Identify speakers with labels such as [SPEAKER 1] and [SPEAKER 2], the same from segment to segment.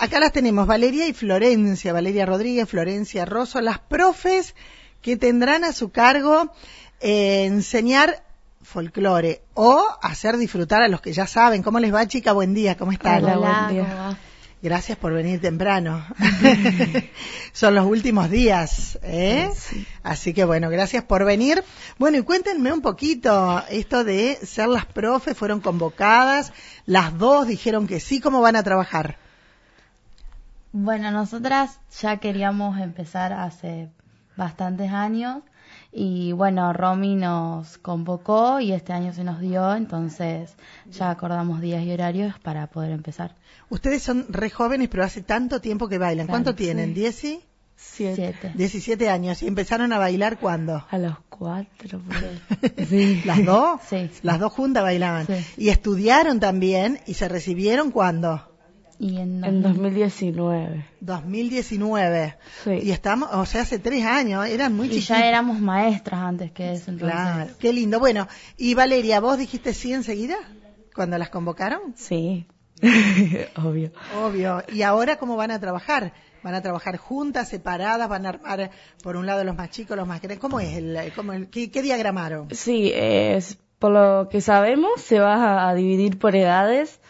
[SPEAKER 1] acá las tenemos, Valeria y Florencia, Valeria Rodríguez, Florencia Rosso, las profes que tendrán a su cargo eh, enseñar folclore o hacer disfrutar a los que ya saben. ¿Cómo les va, chica? Buen día, ¿cómo están?
[SPEAKER 2] Hola,
[SPEAKER 3] Hola,
[SPEAKER 2] buen día.
[SPEAKER 3] ¿cómo va?
[SPEAKER 1] Gracias por venir temprano. Son los últimos días, ¿eh? Así que bueno, gracias por venir. Bueno, y cuéntenme un poquito esto de ser las profes, fueron convocadas, las dos dijeron que sí, ¿cómo van a trabajar?
[SPEAKER 3] Bueno, nosotras ya queríamos empezar hace bastantes años y bueno, Romy nos convocó y este año se nos dio, entonces ya acordamos días y horarios para poder empezar.
[SPEAKER 1] Ustedes son re jóvenes, pero hace tanto tiempo que bailan.
[SPEAKER 3] Claro,
[SPEAKER 1] ¿Cuánto tienen? ¿Dieci?
[SPEAKER 2] Siete.
[SPEAKER 3] Siete.
[SPEAKER 1] 17 años. ¿Y empezaron a bailar cuándo?
[SPEAKER 2] A los cuatro, pues. por ahí. Sí.
[SPEAKER 1] ¿Las dos?
[SPEAKER 3] Sí.
[SPEAKER 1] Las dos juntas bailaban.
[SPEAKER 3] Sí.
[SPEAKER 1] ¿Y estudiaron también? ¿Y se recibieron cuándo?
[SPEAKER 3] Y en,
[SPEAKER 2] En
[SPEAKER 3] dos-
[SPEAKER 2] 2019.
[SPEAKER 1] 2019.
[SPEAKER 2] Sí.
[SPEAKER 1] Y estamos, o sea, hace tres años, eran muy
[SPEAKER 3] y
[SPEAKER 1] chiquitas.
[SPEAKER 3] ya éramos maestras antes que eso, entonces.
[SPEAKER 1] Claro, qué lindo. Bueno, y Valeria, ¿vos dijiste sí enseguida? Cuando las convocaron.
[SPEAKER 2] Sí. Obvio.
[SPEAKER 1] Obvio. ¿Y ahora cómo van a trabajar? ¿Van a trabajar juntas, separadas? ¿Van a armar por un lado los más chicos, los más grandes? ¿Cómo es? El, cómo el- qué, qué diagramaron?
[SPEAKER 2] Sí, es, por lo que sabemos, se va a dividir por edades.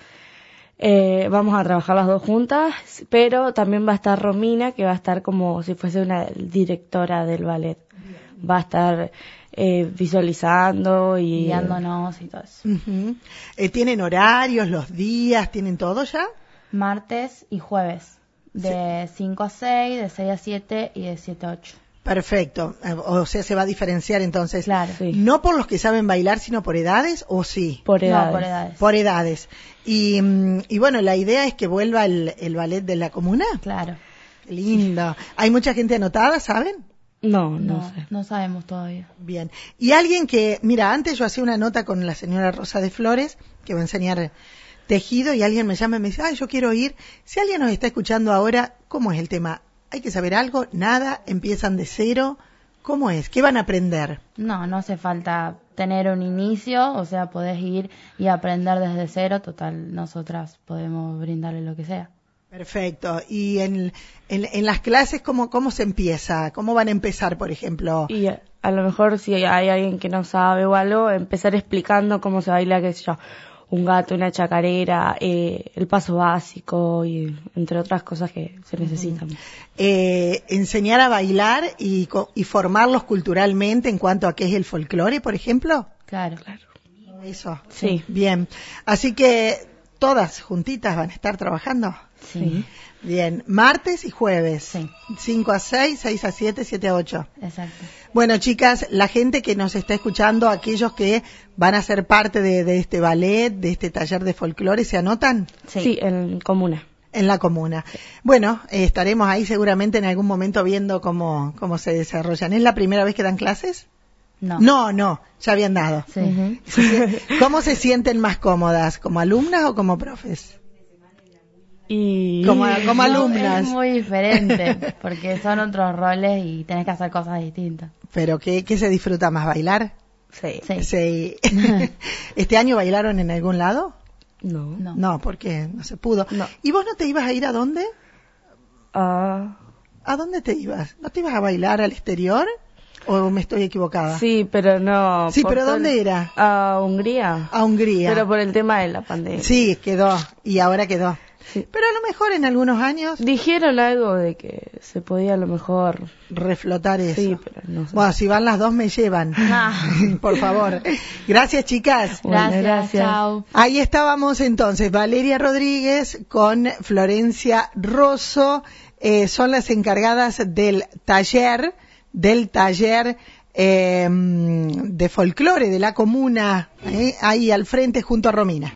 [SPEAKER 2] Eh, vamos a trabajar las dos juntas, pero también va a estar Romina, que va a estar como si fuese una directora del ballet. Va a estar eh, visualizando y... eh,
[SPEAKER 3] Guiándonos y todo eso.
[SPEAKER 1] Ujú. Eh, ¿Tienen horarios, los días, tienen todo ya?
[SPEAKER 3] Martes y jueves, de 5 a 6, de 6 a 7 y de 7 a 8.
[SPEAKER 1] Perfecto. Eh, O sea, se va a diferenciar entonces.
[SPEAKER 3] Claro.
[SPEAKER 2] Sí.
[SPEAKER 1] No por los que saben bailar, sino por edades, ¿o sí?
[SPEAKER 2] Por edades.
[SPEAKER 3] No, por edades.
[SPEAKER 1] Por edades. Y, mm, y bueno, la idea es que vuelva el, el ballet de la comuna.
[SPEAKER 3] Claro.
[SPEAKER 1] Lindo. ¿Hay mucha gente anotada, saben?
[SPEAKER 2] No, no,
[SPEAKER 3] No,
[SPEAKER 2] sé.
[SPEAKER 3] no sabemos todavía.
[SPEAKER 1] Bien. Y alguien que, mira, antes yo hacía una nota con la señora Rosa de Flores, que va a enseñar tejido, y alguien me llama y me dice, ay, yo quiero ir. Si alguien nos está escuchando ahora, ¿cómo es el tema? ¿Hay que saber algo? ¿Nada? ¿Empiezan de cero? ¿Cómo es? ¿Qué van a aprender?
[SPEAKER 3] No, no hace falta tener un inicio, o sea, podés ir y aprender desde cero, total, nosotras podemos brindarle lo que sea.
[SPEAKER 1] Perfecto. ¿Y en, en, en las clases cómo, cómo se empieza? ¿Cómo van a empezar, por ejemplo?
[SPEAKER 2] Y a, a lo mejor si hay alguien que no sabe o algo, empezar explicando cómo se baila, qué sé yo, un gato, una chacarera, eh, el paso básico y entre otras cosas que se necesitan.
[SPEAKER 1] eh, enseñar a bailar y, co- y formarlos culturalmente en cuanto a qué es el folclore, por ejemplo.
[SPEAKER 3] Claro.
[SPEAKER 1] Eso.
[SPEAKER 2] Sí.
[SPEAKER 1] Bien. Así que todas juntitas van a estar trabajando.
[SPEAKER 3] Sí,
[SPEAKER 1] Bien. Martes y jueves.
[SPEAKER 3] Sí.
[SPEAKER 1] 5 a 6, 6 a 7, 7 a 8.
[SPEAKER 3] exacto.
[SPEAKER 1] Bueno, chicas, la gente que nos está escuchando, aquellos que van a ser parte de, de este ballet, de este taller de folclore, ¿se anotan?
[SPEAKER 3] Sí.
[SPEAKER 2] Sí, en comuna.
[SPEAKER 1] En la comuna. Bueno, eh, estaremos ahí seguramente en algún momento viendo cómo, cómo se desarrollan. ¿Es la primera vez que dan clases?
[SPEAKER 3] No.
[SPEAKER 1] No, no, ya habían dado.
[SPEAKER 3] Sí.
[SPEAKER 1] ¿Cómo se sienten más cómodas? ¿Como alumnas o como profes?
[SPEAKER 2] Y
[SPEAKER 1] Como, como
[SPEAKER 3] No,
[SPEAKER 1] alumnas.
[SPEAKER 3] Es muy diferente, porque son otros roles y tenés que hacer cosas distintas.
[SPEAKER 1] Pero ¿qué, qué se disfruta más? ¿Bailar?
[SPEAKER 2] sí.
[SPEAKER 3] Sí.
[SPEAKER 1] Sí. ¿Este año bailaron en algún lado?
[SPEAKER 2] No.
[SPEAKER 3] No.
[SPEAKER 1] No, porque no se pudo.
[SPEAKER 2] No.
[SPEAKER 1] ¿Y vos no te ibas a ir a dónde?
[SPEAKER 2] Ah,
[SPEAKER 1] ¿A dónde te ibas? ¿No te ibas a bailar al exterior? ¿O me estoy
[SPEAKER 3] Ah.
[SPEAKER 1] equivocada?
[SPEAKER 2] sí, pero no.
[SPEAKER 1] Sí,
[SPEAKER 2] por
[SPEAKER 1] pero
[SPEAKER 2] todo-
[SPEAKER 1] ¿dónde era?
[SPEAKER 2] A Hungría.
[SPEAKER 1] A Hungría.
[SPEAKER 2] Pero por el tema de la pandemia.
[SPEAKER 1] Sí, quedó. Y ahora quedó.
[SPEAKER 2] Sí.
[SPEAKER 1] Pero a lo mejor en algunos años
[SPEAKER 2] Dijeron algo de que se podía a lo mejor.
[SPEAKER 1] reflotar eso.
[SPEAKER 2] Sí, pero no sé. Ah.
[SPEAKER 1] Bueno, si van las dos me llevan. Por favor. Gracias, chicas.
[SPEAKER 2] Bueno,
[SPEAKER 3] Gracias,
[SPEAKER 2] gracias.
[SPEAKER 3] chao.
[SPEAKER 1] Ahí estábamos entonces, Valeria Rodríguez con Florencia Rosso, eh, son las encargadas del taller, del taller eh, de folclore de la comuna, eh, ahí al frente junto a Romina.